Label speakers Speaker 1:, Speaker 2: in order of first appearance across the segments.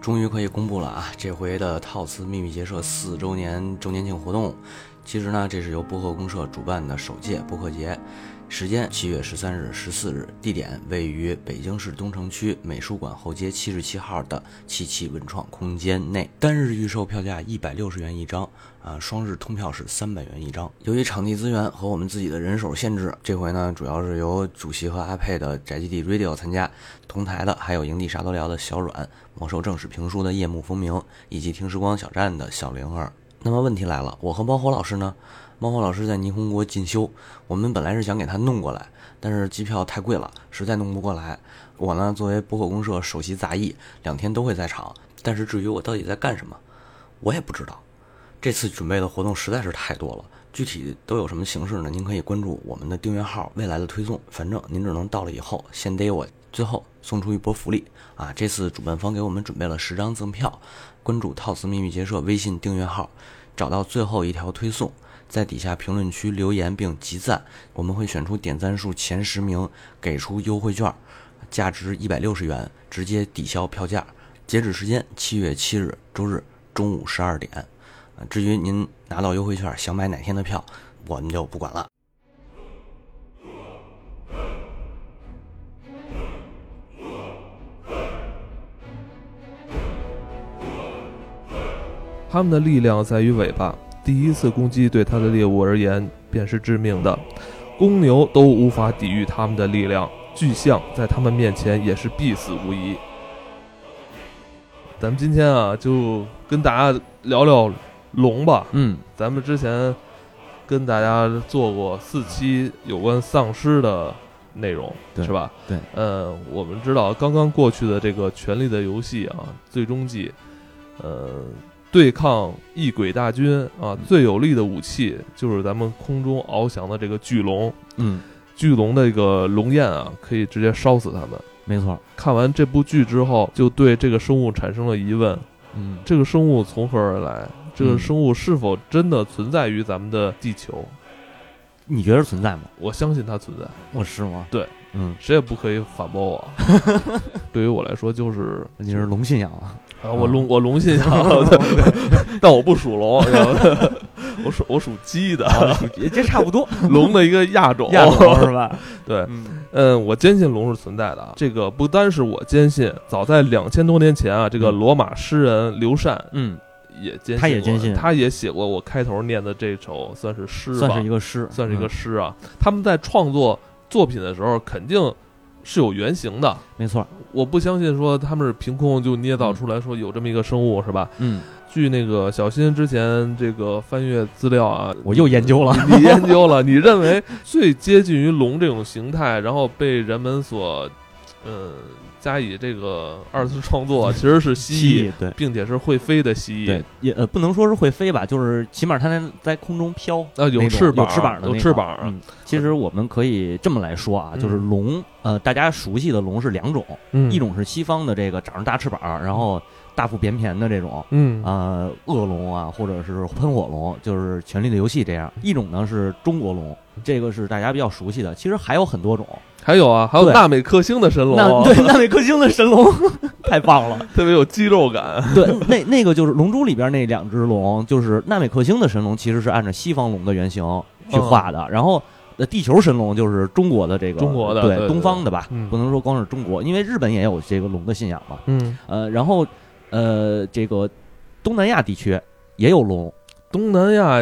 Speaker 1: 终于可以公布了啊！这回的套词秘密结社四周年周年庆活动，其实呢，这是由播客公社主办的首届播客节，时间七月十三日、十四日，地点位于北京市东城区美术馆后街七十七号的七七文创空间内。单日预售票价一百六十元一张，啊，双日通票是三百元一张。由于场地资源和我们自己的人手限制，这回呢，主要是由主席和阿佩的宅基地 Radio 参加，同台的还有营地啥都聊的小阮、魔兽正史评书的夜幕风鸣，以及听时光小站的小灵儿。那么问题来了，我和猫火老师呢？猫火老师在霓虹国进修，我们本来是想给他弄过来，但是机票太贵了，实在弄不过来。我呢，作为博客公社首席杂役，两天都会在场，但是至于我到底在干什么，我也不知道。这次准备的活动实在是太多了，具体都有什么形式呢？您可以关注我们的订阅号“未来的推送”，反正您只能到了以后先逮我。最后送出一波福利啊！这次主办方给我们准备了十张赠票，关注“套词秘密结社”微信订阅号，找到最后一条推送，在底下评论区留言并集赞，我们会选出点赞数前十名，给出优惠券，价值一百六十元，直接抵消票价。截止时间七月七日周日中午十二点。啊，至于您拿到优惠券想买哪天的票，我们就不管了。
Speaker 2: 它们的力量在于尾巴，第一次攻击对它的猎物而言便是致命的，公牛都无法抵御它们的力量，巨象在它们面前也是必死无疑。咱们今天啊，就跟大家聊聊龙吧。
Speaker 1: 嗯，
Speaker 2: 咱们之前跟大家做过四期有关丧尸的内容，
Speaker 1: 对
Speaker 2: 是吧？
Speaker 1: 对。
Speaker 2: 呃，我们知道刚刚过去的这个《权力的游戏》啊，最终季，呃，对抗异鬼大军
Speaker 1: 嗯
Speaker 2: 啊，最有力的武器就是咱们空中翱翔的这个巨龙。
Speaker 1: 嗯，
Speaker 2: 巨龙的这个龙焰啊，可以直接烧死它们。
Speaker 1: 没错。
Speaker 2: 看完这部剧之后，就对这个生物产生了疑问：
Speaker 1: 嗯，
Speaker 2: 这个生物从何而来？这个
Speaker 1: 嗯
Speaker 2: 生物是否真的存在于咱们的地球？
Speaker 1: 你觉得存在吗？
Speaker 2: 我相信它存在，
Speaker 1: 我是吗？
Speaker 2: 对，
Speaker 1: 嗯，
Speaker 2: 谁也不可以反 驳我。对于我来说，就是
Speaker 1: 你是龙信仰啊？
Speaker 2: 啊，我龙我龙信仰，对 但我不属龙，你知道吗我属我属鸡的，
Speaker 1: 也这差不多，
Speaker 2: 龙的一个亚种。
Speaker 1: 亚洲是吧？
Speaker 2: 哦对，
Speaker 1: 嗯
Speaker 2: 嗯，我坚信龙是存在的啊。这个不单是我坚信，早在两千多年前啊，这个
Speaker 1: 嗯
Speaker 2: 罗马诗人刘禅
Speaker 1: 嗯，
Speaker 2: 也坚信过，
Speaker 1: 他也坚信
Speaker 2: 他也写过我开头念的这首算是诗吧，
Speaker 1: 算是一个诗，
Speaker 2: 嗯
Speaker 1: 嗯
Speaker 2: 算是一个诗啊。他们在创作作品的时候，肯定是有原型的。
Speaker 1: 嗯，没错。
Speaker 2: 我不相信说他们是凭空就捏造出来说有这么一个生物是吧？
Speaker 1: 嗯，
Speaker 2: 据那个小新之前这个翻阅资料啊，
Speaker 1: 我又研究了。
Speaker 2: 你你研究了，你认为最接近于龙这种形态，然后被人们所，嗯，加以这个二次创作，其实是蜥蜴，
Speaker 1: 蜴，对
Speaker 2: 并且是会飞的蜥蜴。
Speaker 1: 对，也呃不能说是会飞吧，就是起码它能在空中飘。
Speaker 2: 啊，有
Speaker 1: 那种
Speaker 2: 翅膀，
Speaker 1: 有翅膀的那
Speaker 2: 有
Speaker 1: 个
Speaker 2: 翅膀。
Speaker 1: 嗯，其实我们可以这么来说啊，
Speaker 2: 嗯
Speaker 1: 就是龙，呃，大家熟悉的龙是两种，
Speaker 2: 嗯
Speaker 1: 一，种是西方的这个长着大翅膀，然后大腹便便的这种，
Speaker 2: 嗯，
Speaker 1: 啊，恶龙啊，或者是喷火龙，就是《权力的游戏》这样；一种呢是中国龙，
Speaker 2: 嗯
Speaker 1: 这个是大家比较熟悉的。其实还有很多种。
Speaker 2: 还有啊，还有
Speaker 1: 对
Speaker 2: 纳美克星的神龙
Speaker 1: 那
Speaker 2: 啊，
Speaker 1: 对纳美克星的神龙 太棒了。
Speaker 2: 特别有肌肉感。啊
Speaker 1: 对， 那那个就是《龙珠》里边那两只龙，就是纳美克星的神龙，其实是按照西方龙的原型去画的。然后，呃，地球神龙就是中国的这个
Speaker 2: 嗯中国的
Speaker 1: 对
Speaker 2: 对对
Speaker 1: 东方的吧，
Speaker 2: 嗯
Speaker 1: 不能说光是中国，因为日本也有这个龙的信仰嘛。
Speaker 2: 嗯，
Speaker 1: 呃，然后，呃，这个东南亚地区也有龙。
Speaker 2: 东南亚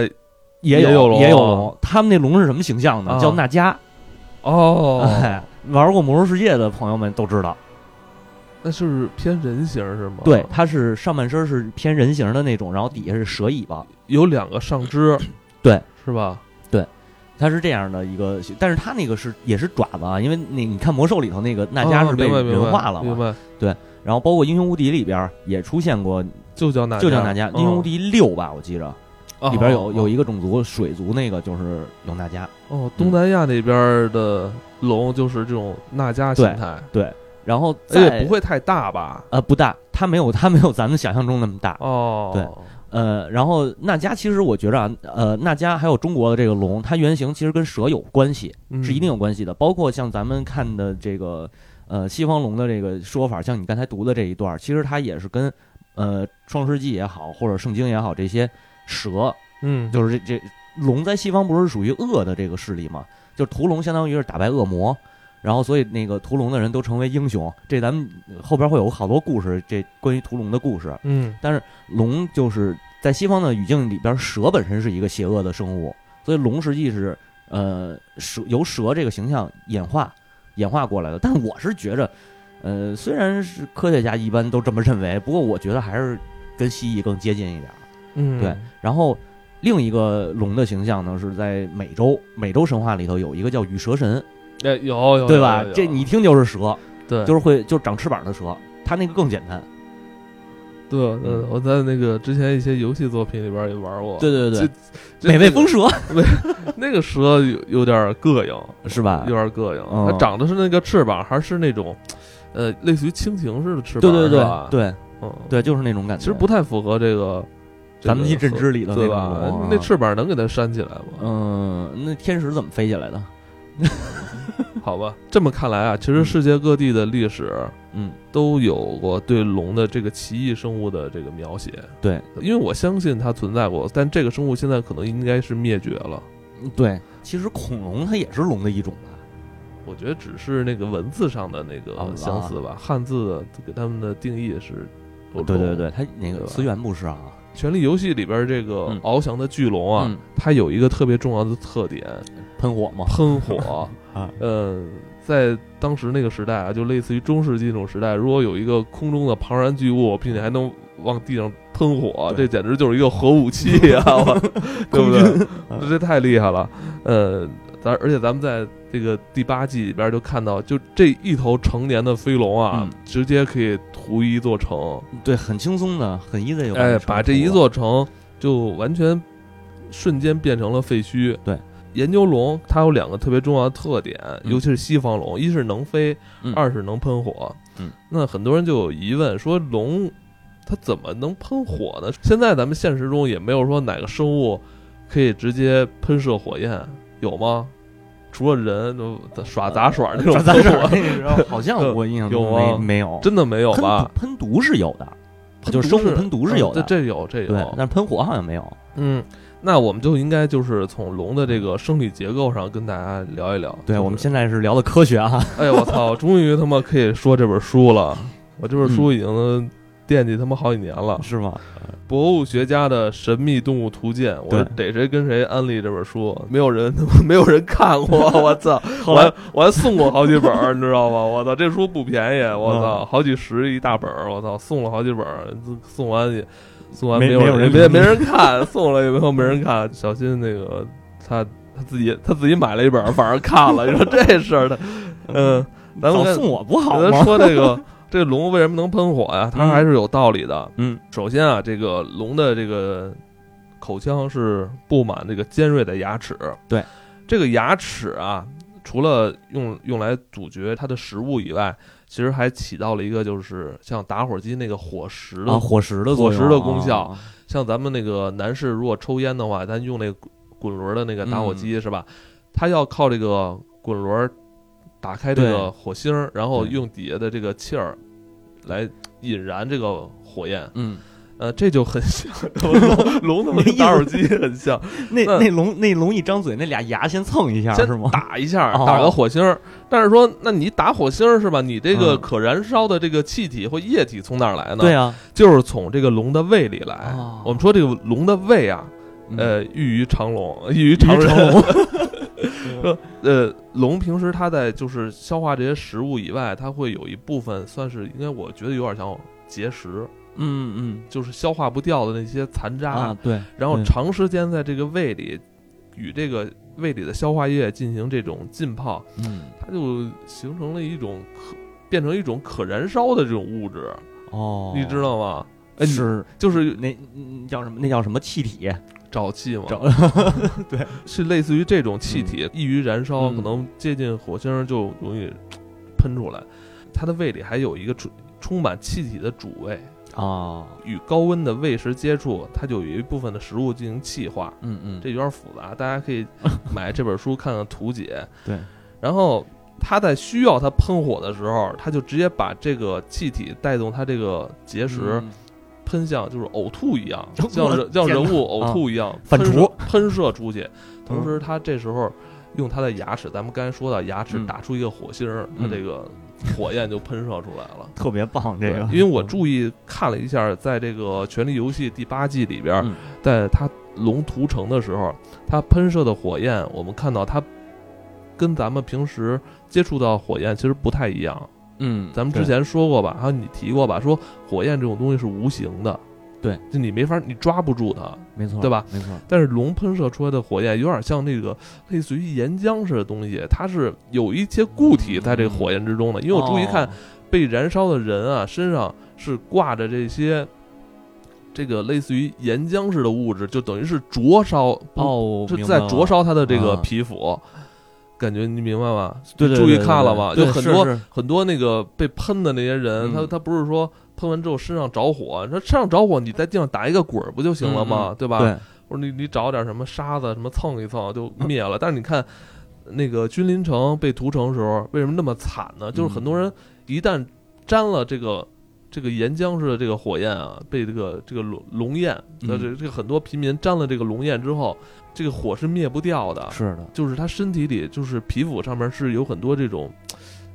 Speaker 1: 也
Speaker 2: 也有
Speaker 1: 龙，
Speaker 2: 龙
Speaker 1: 也有龙。他们那龙是什么形象呢？
Speaker 2: 啊
Speaker 1: 叫纳迦。
Speaker 2: 哦，
Speaker 1: 哎，玩过《魔兽世界》的朋友们都知道，
Speaker 2: 那是不是偏人形是吗？
Speaker 1: 对，，它是上半身是偏人形的那种，然后底下是蛇尾巴，，
Speaker 2: 有两个上肢
Speaker 1: 对，
Speaker 2: 是吧？
Speaker 1: 它是这样的一个。但是它那个是也是爪子啊，因为那你看《魔兽》里头那个纳
Speaker 2: 啊
Speaker 1: 迦是被
Speaker 2: 明白明白
Speaker 1: 人化了
Speaker 2: 明
Speaker 1: 嘛，
Speaker 2: 白？
Speaker 1: 然后包括《英雄无敌》里边也出现过，
Speaker 2: 就叫哪？哦
Speaker 1: 就叫纳迦，《英雄无
Speaker 2: 敌
Speaker 1: 敌六》吧，我记着
Speaker 2: 哦
Speaker 1: 里边有有一个种族水族，那个就是有纳迦。
Speaker 2: 哦，东南亚那边的龙就是这种纳迦形态，
Speaker 1: 然后
Speaker 2: 而
Speaker 1: 再
Speaker 2: 且哎不会太大吧？
Speaker 1: 呃不大，它没有它没有咱们想象中那么大，
Speaker 2: 哦，
Speaker 1: 对呃，然后纳迦其实我觉着啊，呃，纳迦还有中国的这个龙，它原型其实跟蛇有关系，
Speaker 2: 嗯
Speaker 1: 是一定有关系的。包括像咱们看的这个呃西方龙的这个说法，像你刚才读的这一段儿，其实它也是跟呃创世纪也好，或者圣经也好，这些蛇
Speaker 2: 嗯，
Speaker 1: 就是这这龙在西方不是属于恶的这个势力嘛？就屠龙相当于是打败恶魔，然后所以那个屠龙的人都成为英雄。这咱们后边会有好多故事，这关于屠龙的故事。
Speaker 2: 嗯
Speaker 1: 龙就是在西方的语境里边，蛇本身是一个邪恶的生物，所以龙实际是呃蛇由蛇这个形象演化演化过来的。但我是觉着，呃，虽然是科学家一般都这么认为，不过我觉得还是跟蜥蜴更接近一点儿。
Speaker 2: 嗯，
Speaker 1: 对，然后另一个龙的形象呢，是在美洲美洲神话里头有一个叫羽蛇神，
Speaker 2: 哎，有有
Speaker 1: 对吧
Speaker 2: 有有？
Speaker 1: 这你一听就是蛇，
Speaker 2: 对哦
Speaker 1: 就是会就是长翅膀的蛇，它那个更简单。
Speaker 2: 对，嗯，我在那个之前一些游戏作品里边也玩过，
Speaker 1: 对对对
Speaker 2: 这，这
Speaker 1: 美味风蛇
Speaker 2: 那个蛇有有点膈应，
Speaker 1: 是吧
Speaker 2: 有？点膈应。
Speaker 1: 嗯
Speaker 2: 它长的是那个翅膀，还是那种，呃，类似于蜻蜓似的翅
Speaker 1: 对
Speaker 2: 膀，
Speaker 1: 对
Speaker 2: 是
Speaker 1: 对
Speaker 2: 吧，
Speaker 1: 对
Speaker 2: 嗯，
Speaker 1: 对，就是那种感觉。
Speaker 2: 其实不太符合这个
Speaker 1: 咱们
Speaker 2: 这
Speaker 1: 一
Speaker 2: 个
Speaker 1: 认知里的
Speaker 2: 对
Speaker 1: 那
Speaker 2: 吧
Speaker 1: 种龙啊？
Speaker 2: 那翅膀能给它扇起来吗？
Speaker 1: 嗯，那天使怎么飞起来的？
Speaker 2: 好吧，这么看来啊，其实世界各地的历史
Speaker 1: 嗯
Speaker 2: 都有过对龙的这个奇异生物的这个描写。
Speaker 1: 对，
Speaker 2: 因为我相信它存在过，但这个生物现在可能应该是灭绝了。
Speaker 1: 对，其实恐龙它也是龙的一种啊吧？
Speaker 2: 我觉得只是那个文字上的那个
Speaker 1: 啊
Speaker 2: 相似吧，汉字的给他们的定义是。
Speaker 1: 对对，对，它那
Speaker 2: 哦对
Speaker 1: 个
Speaker 2: 吧
Speaker 1: 资源不是啊。
Speaker 2: 《权力游戏》里边这个
Speaker 1: 嗯
Speaker 2: 翱翔的巨龙啊，
Speaker 1: 嗯，
Speaker 2: 它有一个特别重要的特点，
Speaker 1: 喷火嘛。
Speaker 2: 喷火
Speaker 1: 啊，
Speaker 2: 呃，在当时那个时代啊，就类似于中世纪那种时代，如果有一个空中的庞然巨物，并且还能往地上喷火，这
Speaker 1: 对
Speaker 2: 简直就是一个核武器 啊！我 对不对？这这太厉害了。呃，咱而且咱们在这个第八季里边就看到，就这一头成年的飞龙啊，
Speaker 1: 嗯
Speaker 2: 直接可以屠一座城，
Speaker 1: 对，很轻松的，很 easy 就
Speaker 2: 哎
Speaker 1: 完，成
Speaker 2: 把这一
Speaker 1: 了
Speaker 2: 座城就完全瞬间变成了废墟。
Speaker 1: 对，
Speaker 2: 研究龙它有两个特别重要的特点，
Speaker 1: 嗯
Speaker 2: 尤其是西方龙，一是能飞，
Speaker 1: 嗯
Speaker 2: 二是能喷火。
Speaker 1: 嗯，
Speaker 2: 那很多人就有疑问说龙它怎么能喷火呢？现在咱们现实中也没有说哪个生物可以直接喷射火焰，有吗？除了人
Speaker 1: 呃
Speaker 2: 都耍杂耍那种
Speaker 1: 咱咱
Speaker 2: 喷
Speaker 1: 这
Speaker 2: 火，嗯
Speaker 1: 那时 候好像我印象中
Speaker 2: 有
Speaker 1: 没
Speaker 2: 吗
Speaker 1: 没有，
Speaker 2: 真的没有
Speaker 1: 喷
Speaker 2: 吧？
Speaker 1: 喷毒是有的，
Speaker 2: 喷
Speaker 1: 就是
Speaker 2: 毒
Speaker 1: 生物喷毒是有的
Speaker 2: 嗯这这有这有。
Speaker 1: 对，但是喷火好像没有。
Speaker 2: 嗯，那我们就应该就是从龙的这个生理结构上跟大家聊一聊。
Speaker 1: 对，
Speaker 2: 就是
Speaker 1: 我们现在是聊的科学啊，
Speaker 2: 哎呀，我操，终于他妈可以说这本书了。我这本
Speaker 1: 嗯
Speaker 2: 书已经惦记他妈好几年了，
Speaker 1: 是吗？
Speaker 2: 博物学家的神秘动物图鉴》，我是逮谁跟谁安利这本书，没有人 没有人看过， 我操！
Speaker 1: 后
Speaker 2: 我
Speaker 1: 来
Speaker 2: 还我还送过好几本儿，你知道吗？我操，这书不便宜，
Speaker 1: 嗯
Speaker 2: 我操，好几十一大本儿，我操，送了好几本儿，送完也送完
Speaker 1: 没
Speaker 2: 有
Speaker 1: 没有
Speaker 2: 人
Speaker 1: 人
Speaker 2: 没没人看， 送了以后没人看，小心那个他他自己他自己买了一本儿，反而看了，你说这事儿的，嗯，咱们
Speaker 1: 早
Speaker 2: 跟
Speaker 1: 送我不好
Speaker 2: 咱
Speaker 1: 吗？
Speaker 2: 说这个这个龙为什么能喷火呀？它
Speaker 1: 嗯
Speaker 2: 还是有道理的。
Speaker 1: 嗯，
Speaker 2: 首先啊，这个龙的这个口腔是布满这个尖锐的牙齿。
Speaker 1: 对，
Speaker 2: 这个牙齿啊，除了用用来咀嚼它的食物以外，其实还起到了一个就是像打火机那个火石的，
Speaker 1: 啊，火石的作用
Speaker 2: 火石的功效
Speaker 1: 啊
Speaker 2: 像咱们那个男士如果抽烟的话，咱用那个滚轮的那个
Speaker 1: 嗯
Speaker 2: 打火机、是吧？它要靠这个滚轮打开这个
Speaker 1: 对
Speaker 2: 火星儿，然后
Speaker 1: 对
Speaker 2: 用底下的这个气儿来引燃这个火焰。
Speaker 1: 嗯，
Speaker 2: 呃，这就很像 龙龙的那个打火机很像，
Speaker 1: 那
Speaker 2: 那
Speaker 1: 那龙那龙一张嘴，那俩牙先蹭一下
Speaker 2: 先
Speaker 1: 是吗？
Speaker 2: 打一下，
Speaker 1: 哦
Speaker 2: 打个火星儿。但是说，那你打火星儿是吧？你这个
Speaker 1: 嗯
Speaker 2: 可燃烧的这个气体或液体从哪儿来呢？
Speaker 1: 对啊，
Speaker 2: 就是从这个龙的胃里来
Speaker 1: 哦。
Speaker 2: 我们说这个龙的胃啊，
Speaker 1: 嗯
Speaker 2: 呃，异于常龙， 异于常
Speaker 1: 鱼
Speaker 2: 人。
Speaker 1: 成龙
Speaker 2: 呃，龙平时它在就是消化这些食物以外，它会有一部分算是应该我觉得有点像结石，
Speaker 1: 嗯
Speaker 2: 就是消化不掉的那些残
Speaker 1: 嗯
Speaker 2: 渣，
Speaker 1: 啊，对，
Speaker 2: 然后
Speaker 1: 对
Speaker 2: 长时间在这个胃里与这个胃里的消化液进行这种浸泡，
Speaker 1: 嗯
Speaker 2: 它就形成了一种可变成一种可燃烧的这种物质，
Speaker 1: 哦，
Speaker 2: 你知道吗？哎，你
Speaker 1: 是
Speaker 2: 就是
Speaker 1: 那嗯叫什么？那叫什么气体？
Speaker 2: 沼气嘛，
Speaker 1: 找
Speaker 2: 是类似于这种气体，易于燃烧，
Speaker 1: 嗯
Speaker 2: 可能接近火星儿就容易喷出来。它的胃里还有一个充充满气体的主胃，
Speaker 1: 啊，
Speaker 2: 与高温的胃食接触，它就有一部分的食物进行气化，
Speaker 1: 嗯嗯，
Speaker 2: 这有点复杂，大家可以买这本书看看图解。
Speaker 1: 对，
Speaker 2: 然后它在需要它喷火的时候，它就直接把这个气体带动它这个结石
Speaker 1: 嗯
Speaker 2: 喷向，就是呕吐一样，
Speaker 1: 我
Speaker 2: 像人像
Speaker 1: 天
Speaker 2: 人
Speaker 1: 哪啊
Speaker 2: 物呕吐一样，
Speaker 1: 反
Speaker 2: 喷
Speaker 1: 刍
Speaker 2: 射喷射出去。同
Speaker 1: 嗯
Speaker 2: 时，他这时候用他的牙齿，咱们刚才说到牙齿
Speaker 1: 嗯
Speaker 2: 打出一个火星儿，他
Speaker 1: 嗯
Speaker 2: 这个火焰就喷射出来 了。
Speaker 1: 特别棒这个
Speaker 2: 对，因为我注意看了一下，在这个《权力游戏》第八季里边，
Speaker 1: 嗯
Speaker 2: 在他龙屠城的时候，他喷射的火焰，我们看到它跟咱们平时接触到火焰其实不太一样。
Speaker 1: 嗯
Speaker 2: 咱们之前说过吧，还有你提过吧，说火焰这种东西是无形的，
Speaker 1: 对，
Speaker 2: 就你没法，你抓不住它。
Speaker 1: 没错
Speaker 2: 对吧？
Speaker 1: 没错，
Speaker 2: 但是龙喷射出来的火焰有点像那个类似于岩浆似的东西，它是有一些固体在这个火焰之中的。因为我注意看
Speaker 1: 嗯哦，
Speaker 2: 被燃烧的人啊，身上是挂着这些，这个类似于岩浆似的物质，就等于是灼烧，
Speaker 1: 哦，
Speaker 2: 是
Speaker 1: 明白
Speaker 2: 在
Speaker 1: 了
Speaker 2: 灼，烧他的这个
Speaker 1: 啊
Speaker 2: 皮肤。感觉你明白吗？
Speaker 1: 对对，
Speaker 2: 注意
Speaker 1: 对
Speaker 2: 看了
Speaker 1: 对
Speaker 2: 吧
Speaker 1: 对
Speaker 2: 有很
Speaker 1: 是
Speaker 2: 多
Speaker 1: 是
Speaker 2: 很多那个被喷的那些人，
Speaker 1: 嗯
Speaker 2: 他他不是说喷完之后身上着火，说身上着火，你在地上打一个滚儿不就行了吗？
Speaker 1: 嗯
Speaker 2: 对吧？
Speaker 1: 对，
Speaker 2: 或者你你找点什么沙子什么蹭一蹭就灭了。 但是你看，那个君临城被屠城的时候，为什么那么惨呢？
Speaker 1: 嗯
Speaker 2: 就是很多人一旦沾了这个这个岩浆式的这个火焰啊，被这个这个龙龙焰，
Speaker 1: 嗯
Speaker 2: 呃，这这个很多平民沾了这个龙焰之后，这个火是灭不掉的，
Speaker 1: 是的，
Speaker 2: 就是他身体里就是皮肤上面是有很多这种，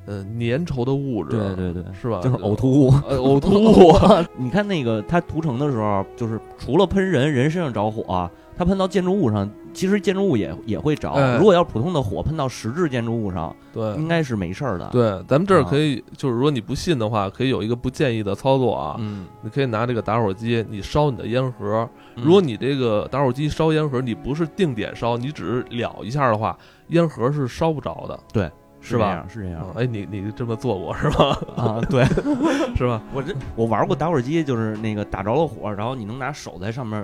Speaker 2: 呃，粘稠的物质，啊
Speaker 1: 对对对，
Speaker 2: 是吧？
Speaker 1: 就是呕。吐 物。
Speaker 2: 呃，呕吐物，
Speaker 1: 你看那个他屠城的时候，就是除了喷人，人身上着火、他喷到建筑物上，其实建筑物也也会着。
Speaker 2: 哎
Speaker 1: 如果要是普通的火喷到实质建筑物上，
Speaker 2: 对
Speaker 1: 应该是没事儿的。，
Speaker 2: 对，咱们这儿
Speaker 1: 啊
Speaker 2: 可以，就是说你不信的话，可以有一个不建议的操作啊，
Speaker 1: 嗯，
Speaker 2: 你可以拿这个打火机，你烧你的烟盒。如果你这个打火机烧烟盒，你不是定点烧，你只是燎一下的话，烟盒是烧不着的。
Speaker 1: 是
Speaker 2: 是吧
Speaker 1: 这样？是这样
Speaker 2: 啊哎，你你这么做过是吧？
Speaker 1: 啊，对
Speaker 2: 是吧？
Speaker 1: 我这我玩过打火机，就是那个打着了火，然后你能拿手在上面。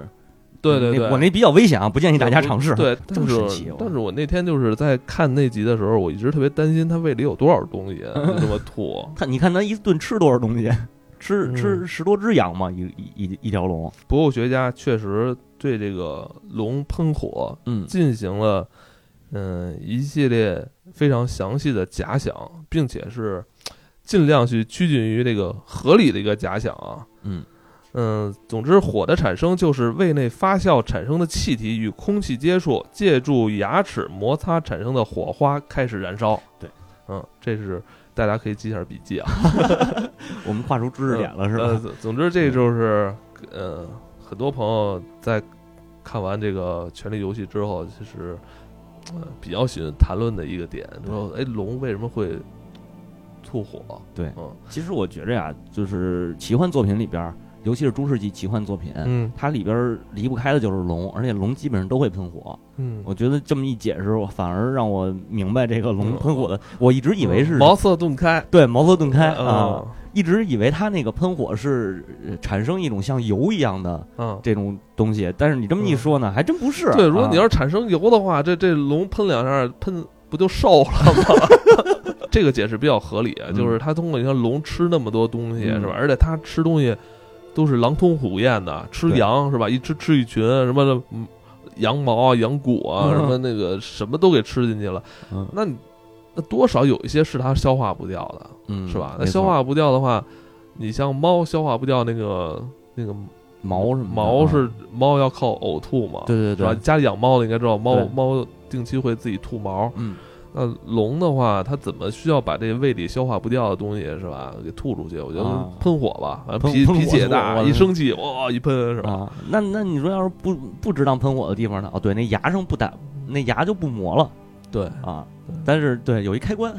Speaker 2: 对对对，
Speaker 1: 嗯那我那比较危险啊，不建议 大家
Speaker 2: 对
Speaker 1: 尝试。
Speaker 2: 对，
Speaker 1: 这
Speaker 2: 但
Speaker 1: 么神
Speaker 2: 是
Speaker 1: 奇哦
Speaker 2: 但是我那天就是在看那集的时候，我一直特别担心他胃里有多少东西啊就这么 吐。
Speaker 1: 看你看他一顿吃多少东西，吃
Speaker 2: 嗯
Speaker 1: 吃十多只羊嘛，一一一一条龙。
Speaker 2: 博物学家确实对这个龙喷火
Speaker 1: 嗯
Speaker 2: 进行了嗯一系列非常详细的假想，并且是尽量去趋近于这个合理的一个假想啊。
Speaker 1: 嗯
Speaker 2: 嗯，总之，火的产生就是胃内发酵产生的气体与空气接触，借助牙齿摩擦产生的火花开始燃烧。
Speaker 1: 对，
Speaker 2: 嗯，这是大家可以记一下笔记啊。
Speaker 1: 我们跨出知识点了是
Speaker 2: 呃，
Speaker 1: 吧？
Speaker 2: 总总之这就是呃，很多朋友在看完这个《权力游戏》之后，其实呃比较喜欢谈论的一个点，说哎，龙为什么会吐火？
Speaker 1: 对
Speaker 2: 嗯
Speaker 1: 其实我觉着呀，就是奇幻作品里边儿，尤其是中世纪奇幻作品，
Speaker 2: 嗯
Speaker 1: 它里边儿离不开的就是龙，而且龙基本上都会喷火。
Speaker 2: 嗯，
Speaker 1: 我觉得这么一解释，我反而让我明白这个龙
Speaker 2: 嗯
Speaker 1: 喷火的。我一直以为是
Speaker 2: 茅塞顿开。
Speaker 1: 对茅塞顿开啊，
Speaker 2: 嗯
Speaker 1: 一直以为它那个喷火是呃产生一种像油一样的
Speaker 2: 嗯，
Speaker 1: 这种东西，但是你这么一说呢，还真不是。
Speaker 2: 对，如果你要
Speaker 1: 啊
Speaker 2: 是产生油的话，这这龙喷两下，喷不就瘦了吗？ 这个解释比较合理，啊
Speaker 1: 嗯
Speaker 2: 就是它通过你看龙吃那么多东西、
Speaker 1: 嗯
Speaker 2: 是吧？而且它吃东西都是狼吞虎咽的，吃
Speaker 1: 对
Speaker 2: 羊是吧？一吃吃一群什么的，嗯羊毛啊、羊骨啊，
Speaker 1: 嗯
Speaker 2: 什么那个什么都给吃进去了。
Speaker 1: 嗯
Speaker 2: 那你那多少有一些是它消化不掉的，
Speaker 1: 嗯
Speaker 2: 是吧？
Speaker 1: 没
Speaker 2: 那
Speaker 1: 错
Speaker 2: 消化不掉的话，你像猫消化不掉那个那个
Speaker 1: 毛什么的
Speaker 2: 毛
Speaker 1: 啊
Speaker 2: 是猫要靠呕吐嘛？
Speaker 1: 对对
Speaker 2: 是吧？
Speaker 1: 对，
Speaker 2: 家里养猫的应该知道，猫
Speaker 1: 对
Speaker 2: 猫定期会自己吐毛。
Speaker 1: 嗯
Speaker 2: 那龙的话，它怎么需要把这胃里消化不掉的东西是吧，给吐出去？我觉得
Speaker 1: 啊
Speaker 2: 喷火吧，反正
Speaker 1: 喷
Speaker 2: 脾
Speaker 1: 喷火
Speaker 2: 脾气也
Speaker 1: 我
Speaker 2: 大，
Speaker 1: 我
Speaker 2: 一生气哇一喷是吧？
Speaker 1: 啊，那那你说要是不不值当喷火的地方呢？哦，对，那牙上不打，那牙就不磨了
Speaker 2: 对，
Speaker 1: 啊
Speaker 2: 对。
Speaker 1: 但是对，有一开关，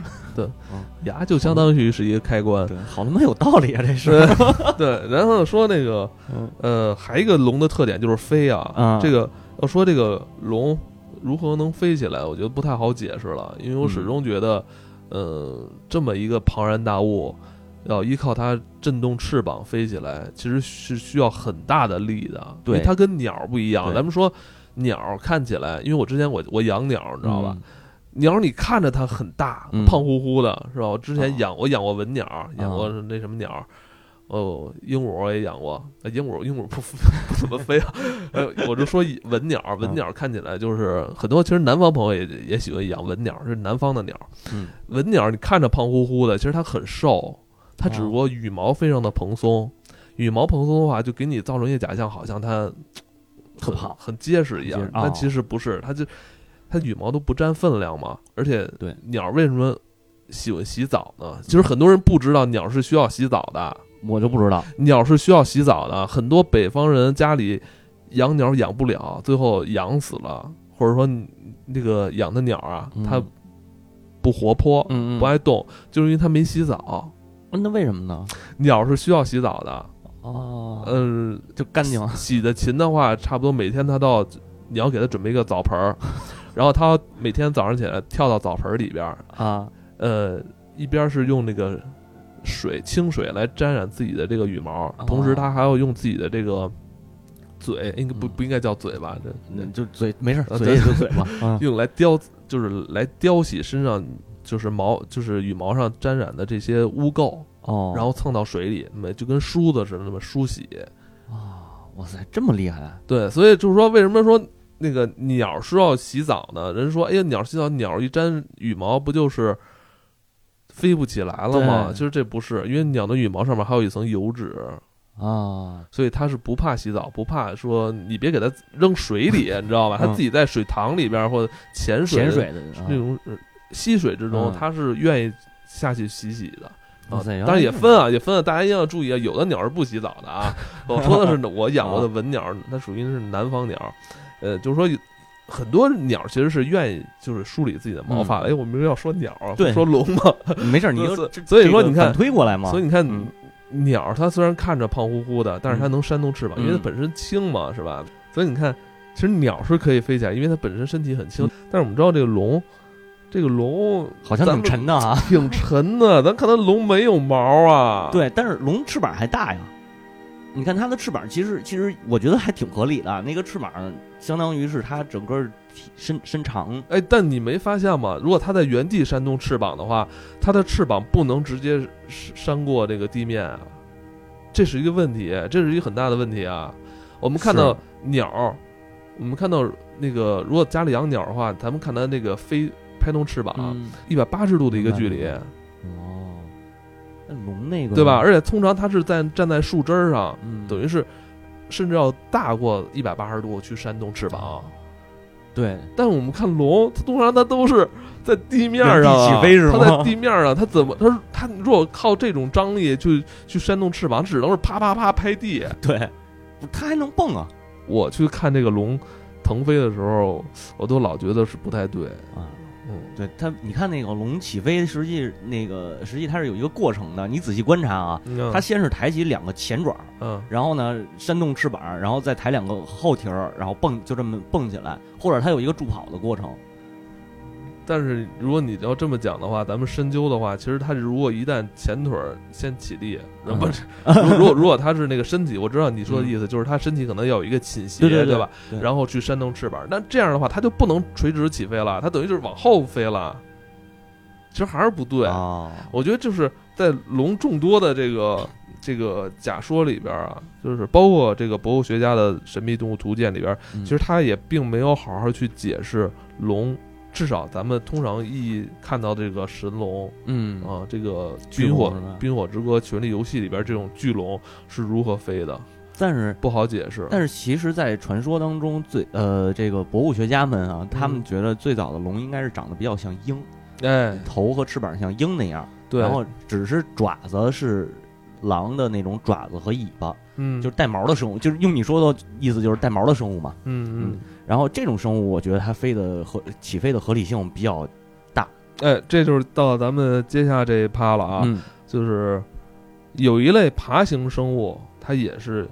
Speaker 2: 牙就相当于是一个开关。
Speaker 1: 对，好他妈有道理啊，这
Speaker 2: 对
Speaker 1: 是。
Speaker 2: 对，然后说那个
Speaker 1: 嗯
Speaker 2: 呃，还一个龙的特点就是飞啊
Speaker 1: 啊，
Speaker 2: 这个要说这个龙如何能飞起来，我觉得不太好解释了，因为我
Speaker 1: 嗯
Speaker 2: 始终觉得，呃，这么一个庞然大物，要依靠它震动翅膀飞起来，其实是需要很大的力的，
Speaker 1: 对
Speaker 2: 因为它跟鸟不一样。
Speaker 1: 对
Speaker 2: 咱们说鸟看起来，因为我之前我我养鸟，你知道吧？
Speaker 1: 嗯？
Speaker 2: 鸟你看着它很大，
Speaker 1: 嗯
Speaker 2: 胖乎乎的，是吧？我之前
Speaker 1: 啊
Speaker 2: 养我养过文鸟，养过那什么鸟，哦，鹦鹉我也养过，呃鹦鹉鹦鹉不 不怎么飞啊。呃，我就说文鸟，
Speaker 1: 啊
Speaker 2: 文鸟看起来就是很多，其实南方朋友也也喜欢养文鸟，是南方的鸟。
Speaker 1: 嗯啊
Speaker 2: 文鸟你看着胖乎乎的，其实它很瘦，它只不过羽毛非常的蓬松。羽毛蓬松的话，就给你造成一个假象，好像它
Speaker 1: 特
Speaker 2: 很
Speaker 1: 好，
Speaker 2: 很结实一样
Speaker 1: 很结实，
Speaker 2: 但
Speaker 1: 哦
Speaker 2: 其实不是，它就它羽毛都不占分量嘛。而且，
Speaker 1: 对嗯
Speaker 2: 鸟为什么喜欢洗澡呢？其实很多人不知道鸟是需要洗澡的，
Speaker 1: 我就不知道，
Speaker 2: 鸟是需要洗澡的。很多北方人家里养鸟养不了，最后养死了，或者说你那个养的鸟啊，
Speaker 1: 嗯
Speaker 2: 它不活泼，
Speaker 1: 嗯
Speaker 2: 不爱动，就是因为它没洗澡。
Speaker 1: 啊那为什么呢？
Speaker 2: 鸟是需要洗澡的，
Speaker 1: 哦，
Speaker 2: 嗯、
Speaker 1: 就干净，
Speaker 2: 洗的勤的话，差不多每天它都要，你要给它准备一个澡 盆儿，然后它每天早上起来跳到澡盆儿里边儿，
Speaker 1: 啊，
Speaker 2: 呃，一边是用那个水清水来沾染自己的这个羽毛，同时它还要用自己的这个嘴，应该不
Speaker 1: 哦嗯
Speaker 2: 不应该叫嘴吧？这
Speaker 1: 嗯就嘴没事，
Speaker 2: 啊
Speaker 1: 嘴也就嘴嘛，啊
Speaker 2: 用来叼，就是来叼起身上就是毛，就是羽毛上沾染的这些污垢，
Speaker 1: 哦，
Speaker 2: 然后蹭到水里，那么就跟梳子似的那么梳洗。
Speaker 1: 啊，哇塞，这么厉害啊，
Speaker 2: 对，所以就是说，为什么说那个鸟是要洗澡呢？人说，哎呀，鸟洗澡，鸟一沾羽毛不就是飞不起来了吗？
Speaker 1: 对
Speaker 2: 其实这不是，因为鸟的羽毛上面还有一层油脂，
Speaker 1: 啊，
Speaker 2: 所以它是不怕洗澡，不怕说你别给它扔水里，你知道吧？它
Speaker 1: 嗯
Speaker 2: 自己在水塘里边或者潜水
Speaker 1: 潜
Speaker 2: 的
Speaker 1: 水的啊
Speaker 2: 那种呃溪水之中
Speaker 1: 嗯，
Speaker 2: 它是愿意下去洗洗的。
Speaker 1: 哇
Speaker 2: 啊
Speaker 1: 塞，原来
Speaker 2: 当然也
Speaker 1: 是
Speaker 2: 分啊，也分啊，大家一定要注意啊。有的鸟是不洗澡 的啊。我说的是我养过的文鸟，它属于是南方鸟，呃，就是说有很多鸟其实是愿意就是梳理自己的毛发的。哎，我们要说鸟啊，
Speaker 1: 嗯对
Speaker 2: 不说龙嘛，
Speaker 1: 没事儿，你
Speaker 2: 所
Speaker 1: 就
Speaker 2: 以所以
Speaker 1: 这
Speaker 2: 所以
Speaker 1: 这
Speaker 2: 说
Speaker 1: 个
Speaker 2: 你看
Speaker 1: 反推过来嘛，
Speaker 2: 所以你看
Speaker 1: 嗯
Speaker 2: 鸟，它虽然看着胖乎乎的，但是它能扇动翅膀，因为它
Speaker 1: 嗯
Speaker 2: 本身轻嘛，是吧？所以你看，其实鸟是可以飞起来，因为它本身身体很轻。但是我们知道这个龙，这个龙
Speaker 1: 嗯好像
Speaker 2: 咱
Speaker 1: 挺
Speaker 2: 们
Speaker 1: 沉的啊，
Speaker 2: 挺沉的，咱看它龙没有毛啊，，
Speaker 1: 对，但是龙翅膀还大呀。你看它的翅膀，其实其实我觉得还挺合理的。那个翅膀相当于是它整个体身身长，
Speaker 2: 哎，但你没发现吗？如果它在原地扇动翅膀的话，它的翅膀不能直接扇扇过这个地面啊，这是一个问题，这是一个很大的问题啊。我们看到鸟，我们看到那个，如果家里养鸟的话，咱们看它那个飞拍动翅膀，
Speaker 1: 嗯，
Speaker 2: 一百八十度的一个距
Speaker 1: 明
Speaker 2: 离
Speaker 1: 白，哦，那龙那个
Speaker 2: 对吧？而且通常它是在站在树枝儿上，
Speaker 1: 嗯，
Speaker 2: 等于是甚至要大过一百八十度去扇动翅
Speaker 1: 啊
Speaker 2: 膀。
Speaker 1: 对，
Speaker 2: 但我们看龙，它通常它都是在地面
Speaker 1: 原
Speaker 2: 上
Speaker 1: 地
Speaker 2: 啊
Speaker 1: 起飞是吗
Speaker 2: 它在地面上，它怎么它它如果靠这种张力去去扇动翅膀，只能是啪啪啪拍地。
Speaker 1: 对，它还能蹦啊
Speaker 2: 我去看这个龙腾飞的时候，我都老觉得是不太对。
Speaker 1: 啊！
Speaker 2: 嗯，
Speaker 1: 对它，你看那个龙起飞，实际那个实际它是有一个过程的。你仔细观察啊，它先是抬起两个前爪，
Speaker 2: 嗯
Speaker 1: 然后呢扇动翅膀，然后再抬两个后蹄儿，然后蹦就这么蹦起来，或者它有一个助跑的过程。
Speaker 2: 嗯，但是如果你要这么讲的话，咱们深究的话，其实它如果一旦前腿儿先起立，
Speaker 1: 嗯
Speaker 2: 不是，如果如果它是那个身体，我知道你说的意思，就是它身体可能要有一个倾斜，
Speaker 1: 对对对
Speaker 2: 吧？
Speaker 1: 对
Speaker 2: 然后去扇动翅膀。那这样的话，它就不能垂直起飞了，它等于就是往后飞了。其实还是不对。
Speaker 1: 哦，
Speaker 2: 我觉得就是在龙众多的这个这个假说里边啊，就是包括这个博物学家的《神秘动物图鉴》里边，
Speaker 1: 嗯
Speaker 2: 其实他也并没有好好去解释龙。至少咱们通常意义看到这个神龙
Speaker 1: 嗯
Speaker 2: 啊，这个《
Speaker 1: 巨
Speaker 2: 冰
Speaker 1: 龙
Speaker 2: 火
Speaker 1: 是吧
Speaker 2: 冰火之歌》权力游戏里边这种巨龙是如何飞的，
Speaker 1: 但是
Speaker 2: 不好解释。
Speaker 1: 但是其实，在传说当中最呃这个博物学家们啊，他们觉得最早的龙应该是长得比较像鹰，
Speaker 2: 哎，
Speaker 1: 头和翅膀像鹰那样，
Speaker 2: 对，
Speaker 1: 然后只是爪子是狼的那种爪子和尾巴，
Speaker 2: 嗯，
Speaker 1: 就是带毛的生物，就是用你说的意思就是带毛的生物嘛。
Speaker 2: 嗯嗯，
Speaker 1: 然后这种生物，我觉得它飞的合起飞的合理性比较
Speaker 2: 哎，这就是到咱们接下这一趴了啊，
Speaker 1: 嗯
Speaker 2: 就是有一类爬行生物，它也是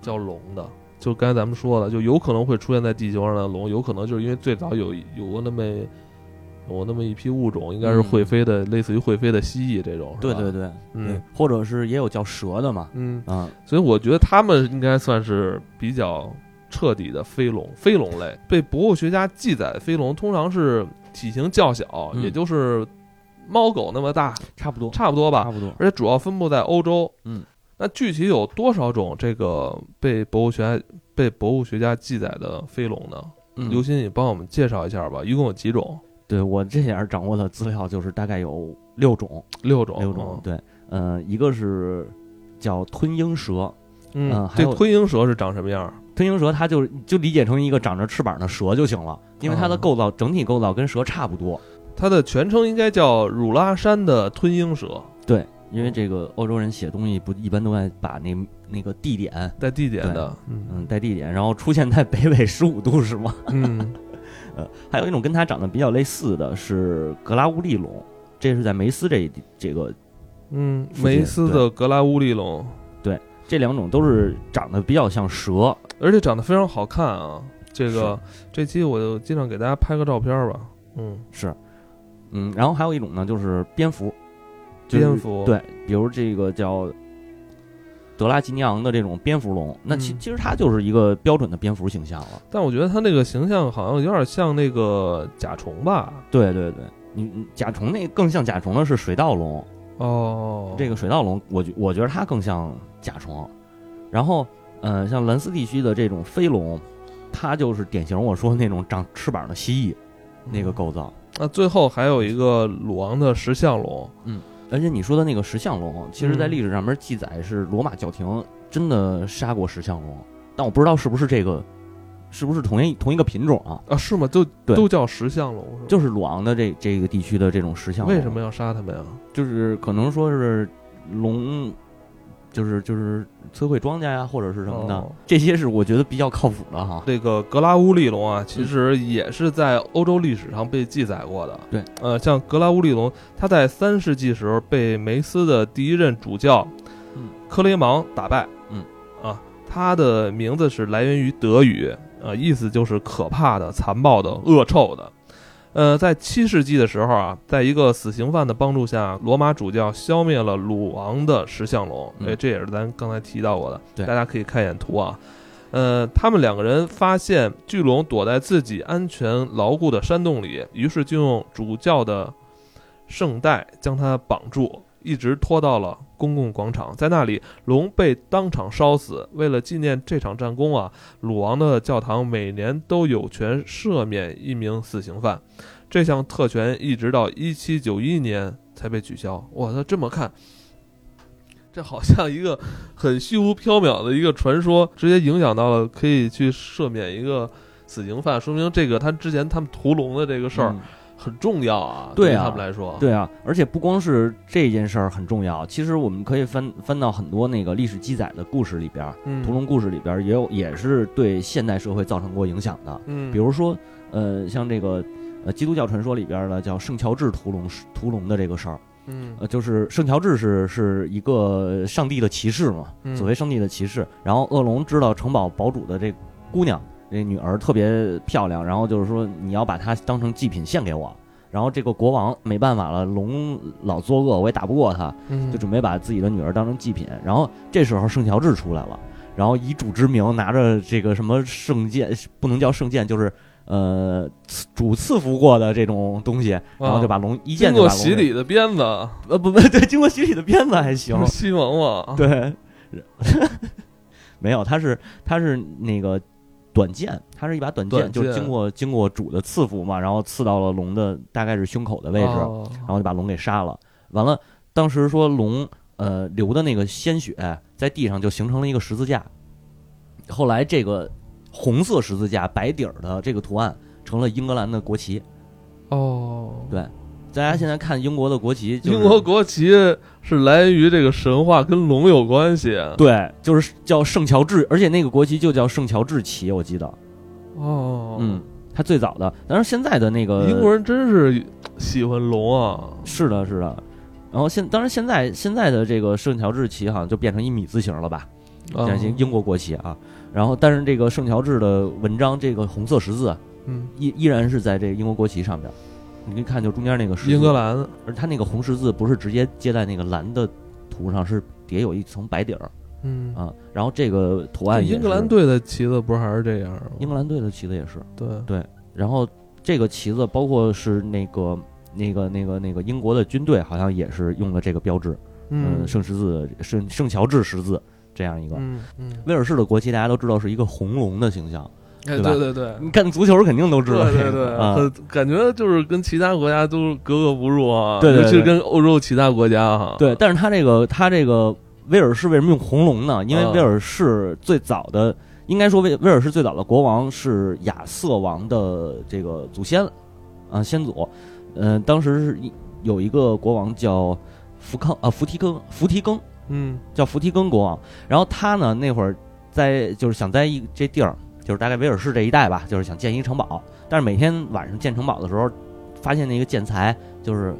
Speaker 2: 叫龙的。就刚才咱们说的，就有可能会出现在地球上的龙，有可能就是因为最早有有过那么有过那么一批物种，应该是会飞的，类似于会飞的蜥蜴这种，
Speaker 1: 嗯
Speaker 2: 是
Speaker 1: 对
Speaker 2: 吧
Speaker 1: 对，对，
Speaker 2: 嗯，
Speaker 1: 或者是也有叫蛇的嘛，
Speaker 2: 嗯，
Speaker 1: 啊，
Speaker 2: 所以我觉得他们应该算是比较彻底的飞龙，飞龙类被博物学家记载，飞龙通常是体型较小，
Speaker 1: 嗯
Speaker 2: 也就是猫狗那么大，
Speaker 1: 差不多，
Speaker 2: 差不多吧，
Speaker 1: 差不多，
Speaker 2: 而且主要分布在欧洲。
Speaker 1: 嗯，
Speaker 2: 那具体有多少种这个被博物学家被博物学家记载的飞龙呢？
Speaker 1: 嗯
Speaker 2: 刘鑫，你帮我们介绍一下吧，一共有几种？
Speaker 1: 对我这点儿掌握的资料就是大概有六种，哦
Speaker 2: 六种，
Speaker 1: 六种，对，呃，一个是叫吞鹰蛇。嗯
Speaker 2: 嗯，
Speaker 1: 还
Speaker 2: 这
Speaker 1: 有
Speaker 2: 吞鹰蛇是长什么样儿？
Speaker 1: 吞鹰蛇它就就理解成一个长着翅膀的蛇就行了，因为它的
Speaker 2: 哦
Speaker 1: 构造整体构造跟蛇差不多。
Speaker 2: 它的全称应该叫汝拉山的吞鹰蛇，
Speaker 1: 对，因为这个欧洲人写东西不一般都爱把那那个地点，
Speaker 2: 带地点的。嗯
Speaker 1: 嗯，带地点，然后出现在北纬十五度是吗？
Speaker 2: 嗯，
Speaker 1: 呃，还有一种跟它长得比较类似的是格拉乌利龙，这是在梅斯这一地这个
Speaker 2: 嗯，
Speaker 1: 附近
Speaker 2: 梅斯的格拉乌利龙，
Speaker 1: 这两种都是长得比较像蛇，
Speaker 2: 而且长得非常好看啊。这个这期我就尽量给大家拍个照片吧。嗯，
Speaker 1: 是，嗯，然后还有一种呢就是蝙蝠，就是
Speaker 2: 蝙蝠，
Speaker 1: 对，比如这个叫德拉吉尼昂的这种蝙蝠龙，那其
Speaker 2: 嗯
Speaker 1: 其实它就是一个标准的蝙蝠形象了。
Speaker 2: 但我觉得它那个形象好像有点像那个甲虫吧？
Speaker 1: 对对对，你你甲虫那更像甲虫的是水稻龙，
Speaker 2: 哦，
Speaker 1: 这个水稻龙，我觉我觉得它更像甲虫。然后，呃，像兰斯地区的这种飞龙，它就是典型我说那种长翅膀的蜥蜴
Speaker 2: 嗯
Speaker 1: 那个构造。
Speaker 2: 那最后还有一个鲁昂的石像龙，
Speaker 1: 而且你说的那个石像龙，其实在
Speaker 2: 嗯
Speaker 1: 历史上面记载是罗马教廷真的杀过石像龙，但我不知道是不是这个，是不是同一同一个品种啊？
Speaker 2: 啊，是吗？就
Speaker 1: 对
Speaker 2: 都叫石像龙是吗？
Speaker 1: 就是鲁昂的这这个地区的这种石像龙，
Speaker 2: 为什么要杀他们呀？
Speaker 1: 就是可能说是龙，就是就是摧毁庄稼呀，或者是什么的，
Speaker 2: 哦
Speaker 1: 这些是我觉得比较靠谱的哈。
Speaker 2: 这个格拉乌利龙
Speaker 1: 嗯
Speaker 2: 啊，其实也是在欧洲历史上被记载过的。
Speaker 1: 对，
Speaker 2: 呃，像格拉乌利龙，它在三世纪时候被梅斯的第一任主教
Speaker 1: 嗯
Speaker 2: 科雷芒打败。
Speaker 1: 嗯，
Speaker 2: 啊，它的名字是来源于德语，呃，意思就是可怕的、残暴的、恶臭的。呃，在七世纪的时候啊，在一个死刑犯的帮助下，罗马主教消灭了鲁昂的石像龙。
Speaker 1: 嗯
Speaker 2: 哎，这也是咱刚才提到过的，
Speaker 1: 对
Speaker 2: 大家可以看一眼图啊。呃，他们两个人发现巨龙躲在自己安全牢固的山洞里，于是就用主教的圣带将它绑住，一直拖到了公共广场。在那里，龙被当场烧死。为了纪念这场战功啊，鲁王的教堂每年都有权赦免一名死刑犯。这项特权一直到一七九一年才被取消。哇，那这么看，这好像一个很虚无缥缈的一个传说，直接影响到了可以去赦免一个死刑犯，说明这个他之前他们屠龙的这个事儿
Speaker 1: 嗯
Speaker 2: 很重要啊，
Speaker 1: 对啊
Speaker 2: 于他们来说，
Speaker 1: 对啊，而且不光是这件事儿很重要，其实我们可以翻翻到很多那个历史记载的故事里边儿，
Speaker 2: 嗯，
Speaker 1: 屠龙故事里边儿也有也是对现代社会造成过影响的。
Speaker 2: 嗯，
Speaker 1: 比如说，呃，像这个呃基督教传说里边儿的叫圣乔治屠龙屠龙的这个事儿，
Speaker 2: 嗯，
Speaker 1: 呃，就是圣乔治是是一个上帝的骑士嘛，
Speaker 2: 嗯
Speaker 1: 呃所谓上帝的骑士。然后恶龙知道城堡堡主的这姑娘，这女儿特别漂亮，然后就是说你要把她当成祭品献给我。然后这个国王没办法了，龙老作恶，我也打不过他，
Speaker 2: 嗯
Speaker 1: 就准备把自己的女儿当成祭品。然后这时候圣乔治出来了，然后以主之名拿着这个什么圣剑，不能叫圣剑，就是呃赐主赐福过的这种东西，然后就把龙一
Speaker 2: 啊经
Speaker 1: 剑就
Speaker 2: 过
Speaker 1: 把龙
Speaker 2: 洗
Speaker 1: 给
Speaker 2: 礼的鞭子，。
Speaker 1: 呃，不不 对，经过洗礼的鞭子还行
Speaker 2: 西蒙嘛，
Speaker 1: 对，没有，它是它是那个短剑，它是一把短剑，
Speaker 2: 短
Speaker 1: 就是
Speaker 2: 剑
Speaker 1: 经过经过主的赐福嘛，然后刺到了龙的大概是胸口的 位置，
Speaker 2: 哦
Speaker 1: 然后就把龙给杀了。完了，当时说龙呃流的那个鲜血在地上就形成了一个十字架，后来这个红色十字架白底儿的这个图案成了英格兰的国旗。
Speaker 2: 哦，
Speaker 1: 大家现在看英国的国旗、就是，
Speaker 2: 英国国旗是来源于这个神话，跟龙有关系。啊
Speaker 1: 对，就是叫圣乔治，而且那个国旗就叫圣乔治旗，我记得，
Speaker 2: 哦，
Speaker 1: 嗯，它最早的，但是现在的那个
Speaker 2: 英国人真是喜欢龙啊。
Speaker 1: 是的，是的。然后现，当然现在现在的这个圣乔治旗好像就变成一米字形了吧，
Speaker 2: 啊
Speaker 1: 像英英国国旗啊。然后，但是这个圣乔治的文章，这个红色十字啊
Speaker 2: 嗯，
Speaker 1: 依依然是在这个英国国旗上边。你可以看，就中间那个十字，
Speaker 2: 英格，兰
Speaker 1: 而它那个红十字不是直接接在那个蓝的图上，是底下有一层白底儿
Speaker 2: 嗯，
Speaker 1: 啊。然后这个图案也是
Speaker 2: 英格兰，队的旗子不是还是这样吗？
Speaker 1: 英格兰队的旗子也是。
Speaker 2: 对，嗯
Speaker 1: 然后这个旗子包括是那个那个那个那个英国的军队，好像也是用了这个标志，嗯，圣十字圣圣乔治十字这样一个。
Speaker 2: 嗯嗯，
Speaker 1: 威尔士的国旗大家都知道是一个红龙的形象，
Speaker 2: 哎，
Speaker 1: 对吧
Speaker 2: 对对对。
Speaker 1: 你看足球肯定都知道
Speaker 2: 对
Speaker 1: 这
Speaker 2: 对
Speaker 1: 个
Speaker 2: 对，
Speaker 1: 啊。
Speaker 2: 很感觉就是跟其他国家都格格不入啊，
Speaker 1: 对对对
Speaker 2: 尤其是跟欧洲其他国家哈。
Speaker 1: 对，但是它这个它这个威尔士为什么用红龙呢？因为
Speaker 2: 嗯
Speaker 1: 威尔士最早的，应该说威威尔士最早的国王是亚瑟王的这个祖先，啊，先祖。嗯、当时是一有一个国王叫福康啊，福提更，福提更
Speaker 2: 嗯
Speaker 1: 叫福提更国王。然后他呢，那会儿在就是想在一这地儿，就是大概威尔士这一带吧，就是想建一城堡。但是每天晚上建城堡的时候，发现那个建材就是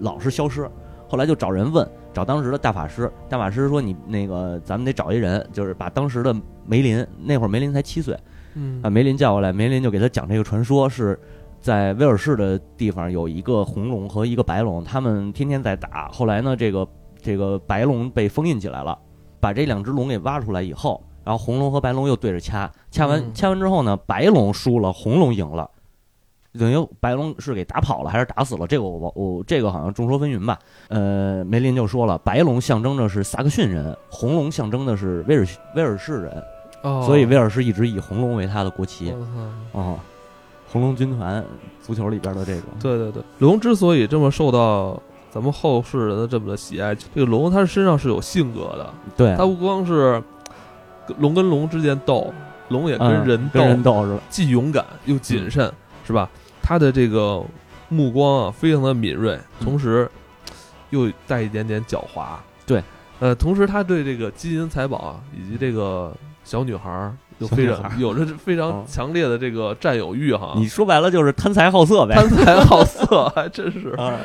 Speaker 1: 老是消失。后来就找人问，找当时的大法师。大法师说：“你那个，咱们得找一人，就是把当时的梅林，那会儿梅林才七岁，
Speaker 2: 嗯
Speaker 1: 啊把梅林叫过来，梅林就给他讲这个传说是。在威尔士的地方有一个红龙和一个白龙，他们天天在打。后来呢，这个这个白龙被封印起来了，把这两只龙给挖出来以后，然后红龙和白龙又对着掐，掐完
Speaker 2: 嗯
Speaker 1: 掐完之后呢，白龙输了，红龙赢了，等于白龙是给打跑了还是打死了？这个我我这个好像众说纷纭吧。呃，梅林就说了，白龙象征着是萨克逊人，红龙象征的是威尔威尔士人，
Speaker 2: 哦
Speaker 1: 所以威尔士一直以红龙为他的国旗。
Speaker 2: 我操
Speaker 1: 哦，红龙军团足球里边的这个，
Speaker 2: 对对对，龙之所以这么受到咱们后世人的这么的喜爱，这个龙它身上是有性格的，
Speaker 1: 对，
Speaker 2: 它不光是龙跟龙之间斗，龙也跟
Speaker 1: 嗯
Speaker 2: 人斗，
Speaker 1: 跟人斗是吧？
Speaker 2: 既勇敢又谨
Speaker 1: 嗯
Speaker 2: 慎，是吧？它的这个目光啊，非常的敏锐，
Speaker 1: 嗯
Speaker 2: 同时又带一点点狡猾。
Speaker 1: 对，
Speaker 2: 呃，同时他对这个金银财宝啊以及这个小女孩儿有
Speaker 1: 小
Speaker 2: 非
Speaker 1: 女孩
Speaker 2: 常有着非常
Speaker 1: 哦
Speaker 2: 强烈的这个占有欲哈，
Speaker 1: 你说白了就是贪财好色呗。
Speaker 2: 贪财好色，还真是。
Speaker 1: 啊，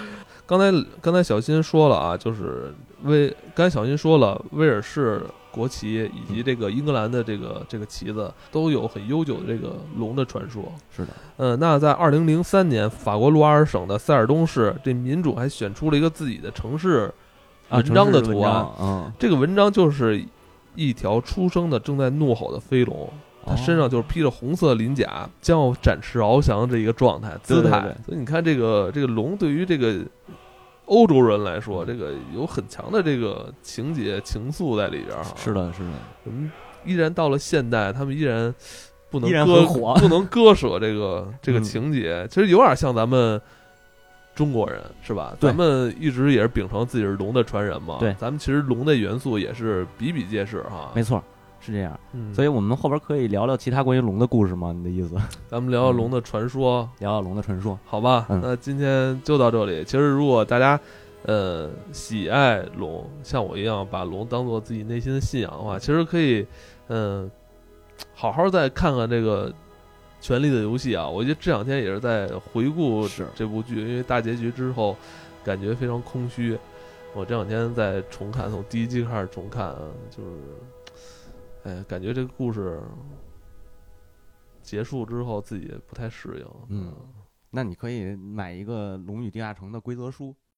Speaker 2: 刚才刚才小新说了啊，就是威，刚才小新说了，威尔士国旗以及这个英格兰的这个这个旗子都有很悠久的这个龙的传说。
Speaker 1: 是的，
Speaker 2: 呃，那在二零零三年，法国卢瓦尔省的塞尔东市，这民主还选出了一个自己的城市
Speaker 1: 啊
Speaker 2: 文章的
Speaker 1: 城市
Speaker 2: 图
Speaker 1: 文
Speaker 2: 案。
Speaker 1: 章嗯，
Speaker 2: 这个文章就是一条出生的正在怒吼的飞龙，
Speaker 1: 嗯
Speaker 2: 它身上就是披着红色鳞甲，将要展翅翱翔这一个状态姿
Speaker 1: 对对
Speaker 2: 态。
Speaker 1: 对
Speaker 2: 所以你看，这个这个龙对于这个欧洲人来说，这个有很强的这个情节情愫在里边儿哈。
Speaker 1: 哦是，的，是的，
Speaker 2: 我们依然到了现代，他们依然不能
Speaker 1: 依然
Speaker 2: 割
Speaker 1: 很火
Speaker 2: 不能割舍这个这个
Speaker 1: 嗯
Speaker 2: 情节，其实有点像咱们。中国人是吧？
Speaker 1: 对
Speaker 2: 咱们一直也是秉承自己是龙的传人嘛。
Speaker 1: 对
Speaker 2: 咱们其实龙的元素也是比比皆是哈。
Speaker 1: 没错，是这样。
Speaker 2: 嗯，
Speaker 1: 所以我们后边可以聊聊其他关于龙的故事吗？你的意思？
Speaker 2: 咱们聊
Speaker 1: 嗯
Speaker 2: 聊龙的传说，
Speaker 1: 聊聊龙的传说。
Speaker 2: 好吧，
Speaker 1: 嗯
Speaker 2: 那今天就到这里。其实如果大家呃喜爱龙，像我一样把龙当做自己内心的信仰的话，其实可以嗯、好好再看看这个《权力的游戏》啊。我觉得这两天也是在回顾
Speaker 1: 是
Speaker 2: 这部剧，因为大结局之后感觉非常空虚。我这两天在重看，从第一季开始重看，就是，哎，感觉这个故事结束之后自己也不太适应。
Speaker 1: 嗯那你可以买一个《龙与地下城》的规则书。